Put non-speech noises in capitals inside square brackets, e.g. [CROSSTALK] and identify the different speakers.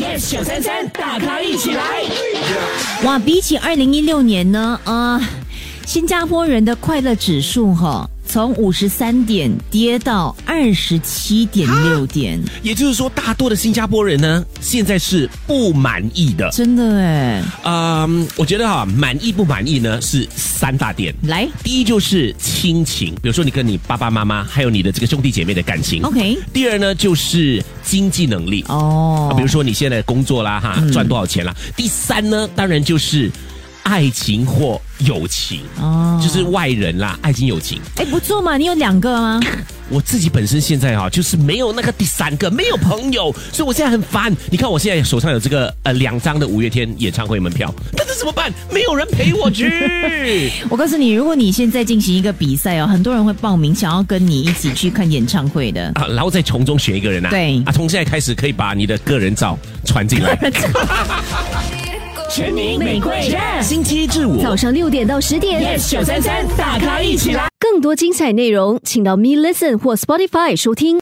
Speaker 1: yes 九三三，大咖一起来。
Speaker 2: 哇，比起二零一六年呢，啊、新加坡人的快乐指数哈、从五十三点跌到二十七点六点，
Speaker 1: 也就是说，大多的新加坡人呢，现在是不满意的。
Speaker 2: 真的哎，
Speaker 1: 嗯，我觉得哈、满意不满意呢是三大点。
Speaker 2: 来
Speaker 1: 第一就是亲情，比如说你跟你爸爸妈妈还有你的这个兄弟姐妹的感情。
Speaker 2: ，OK，
Speaker 1: 第二呢就是经济能力，
Speaker 2: 哦嗯
Speaker 1: 啊，比如说你现在工作啦哈，赚多少钱啦。第三呢，当然就是爱情或友情，
Speaker 2: 哦
Speaker 1: 就是外人啦，爱情友情。
Speaker 2: 哎不错嘛，你有两个啊吗？
Speaker 1: 我自己本身现在哈、就是没有那个第三个，没有朋友，所以我现在很烦。你看我现在手上有这个呃两张的五月天演唱会门票， [LAUGHS] 但是怎么办？没有人陪我 [LAUGHS] 去。
Speaker 2: 我告诉你，如果你现在进行一个比赛哦，很多人会报名想要跟你一起去看演唱会的。
Speaker 1: 啊，然后再从中选一个人啊。
Speaker 2: 对
Speaker 1: 啊，从现在开始可以把你的个人照 [LAUGHS] 传进来。
Speaker 3: 全民玫瑰
Speaker 1: 星期一至五
Speaker 3: 早上六点到十点
Speaker 1: ，yes 九三三，大咖一起来。
Speaker 3: 更多精彩内容，请到 Me Listen 或 Spotify 收听。